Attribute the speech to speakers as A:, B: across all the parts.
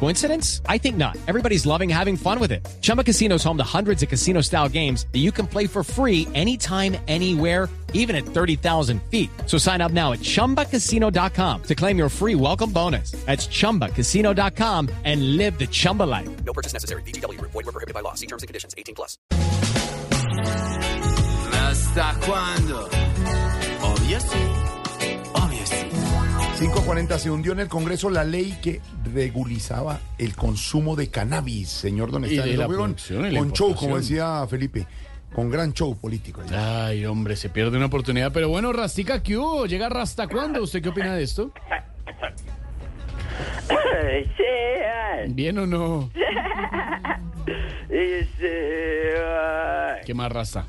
A: Coincidence? I think not. Everybody's loving having fun with it. Chumba Casino is home to hundreds of casino style games that you can play for free anytime, anywhere even at 30,000 feet. So sign up now at ChumbaCasino.com to claim your free welcome bonus. That's ChumbaCasino.com and live the Chumba life.
B: No purchase necessary. BGW. Void were prohibited by law. See terms and conditions. 18 plus.
C: ¿Hasta cuándo? Obvio sí. Obvio sí.
D: 540 se hundió en el Congreso la ley que regulizaba el consumo de cannabis, señor Don
E: de
D: Estadio.
E: la
D: ¿Lo vieron?
E: producción y la
D: Con show, como
E: importación.
D: decía Felipe, con gran show político.
E: Ay, hombre, se pierde una oportunidad. Pero bueno, Rastica, ¿qué hubo? ¿Llega Rasta cuándo? ¿Usted qué opina de esto?
F: Sean,
E: ¿Bien o no?
F: y sean.
E: ¿Qué más Rasta?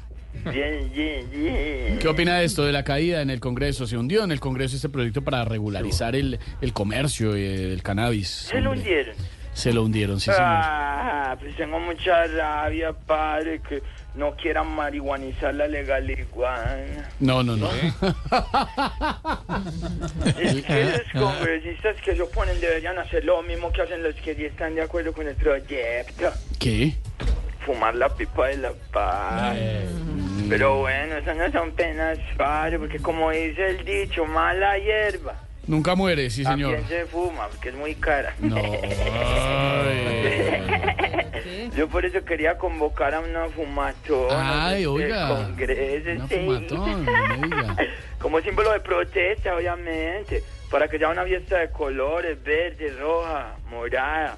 F: Bien, bien, bien.
E: ¿Qué opina de esto de la caída en el Congreso? ¿Se hundió en el Congreso este proyecto para regularizar el, el comercio eh, del cannabis?
F: Se lo
E: hombre?
F: hundieron.
E: Se lo hundieron, sí, señor.
F: Ah, pues tengo mucha rabia, padre, que no quieran marihuanizar la legal iguana.
E: No, no, no.
F: Es que los congresistas que se oponen deberían hacer lo mismo que hacen los que sí están de acuerdo con el proyecto.
E: ¿Qué?
F: Fumar la pipa de la paz. Pero bueno, esas no son penas, padre, porque como dice el dicho, mala hierba.
E: Nunca muere,
F: Ah,
E: sí, señor.
F: También se fuma, porque es muy cara.
E: No. ay.
F: Yo por eso quería convocar a una fumatona.
E: Ay,
F: de- de
E: oiga.
F: Congreso,
E: Una
F: sí.
E: fumatón, no me diga.
F: Como símbolo de protesta, obviamente. Para que haya una fiesta de colores, verde, roja, morada.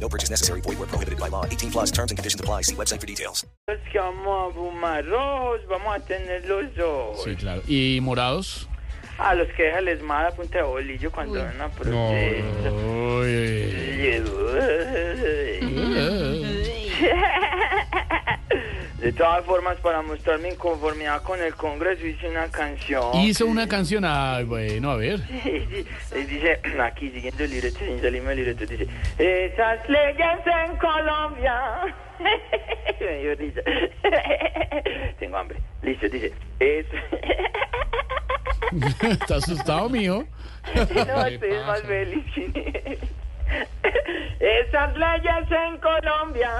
B: No purchase necessary. Void were prohibited by law. 18 plus terms and conditions apply. See website for details.
F: los que vamos a fumar rojos, vamos a tener los dos.
E: Sí, claro. ¿Y morados?
F: A los que deja les mala punta de bolillo cuando van a protesta.
E: Ay.
F: De todas formas, para mostrar mi inconformidad con el Congreso, hice una canción.
E: Hizo una canción. Ay, bueno, a ver.
F: Y dice, aquí siguiendo el libreto, sin salirme del libreto, dice, esas leyes en Colombia. Me dio risa. Tengo hambre. Listo, dice, es...
E: ¿Está asustado, mijo?
F: No, estoy más feliz. sin él. Esas leyes en Colombia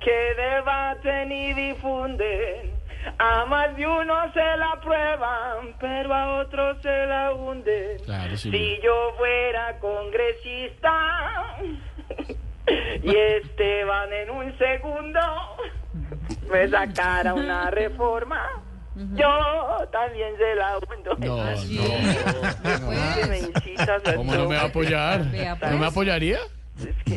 F: que debaten y difunden, a más de uno se la aprueban, pero a otros se la hunden.
E: Claro, sí.
F: Si yo fuera congresista y Esteban en un segundo me sacara una reforma, yo también se la hundo.
E: No,
F: Uy, me incitas a
E: ¿Cómo no me va a
F: todo.
E: apoyar?
G: Vea,
E: ¿No me
G: pues.
E: apoyaría?
F: Es que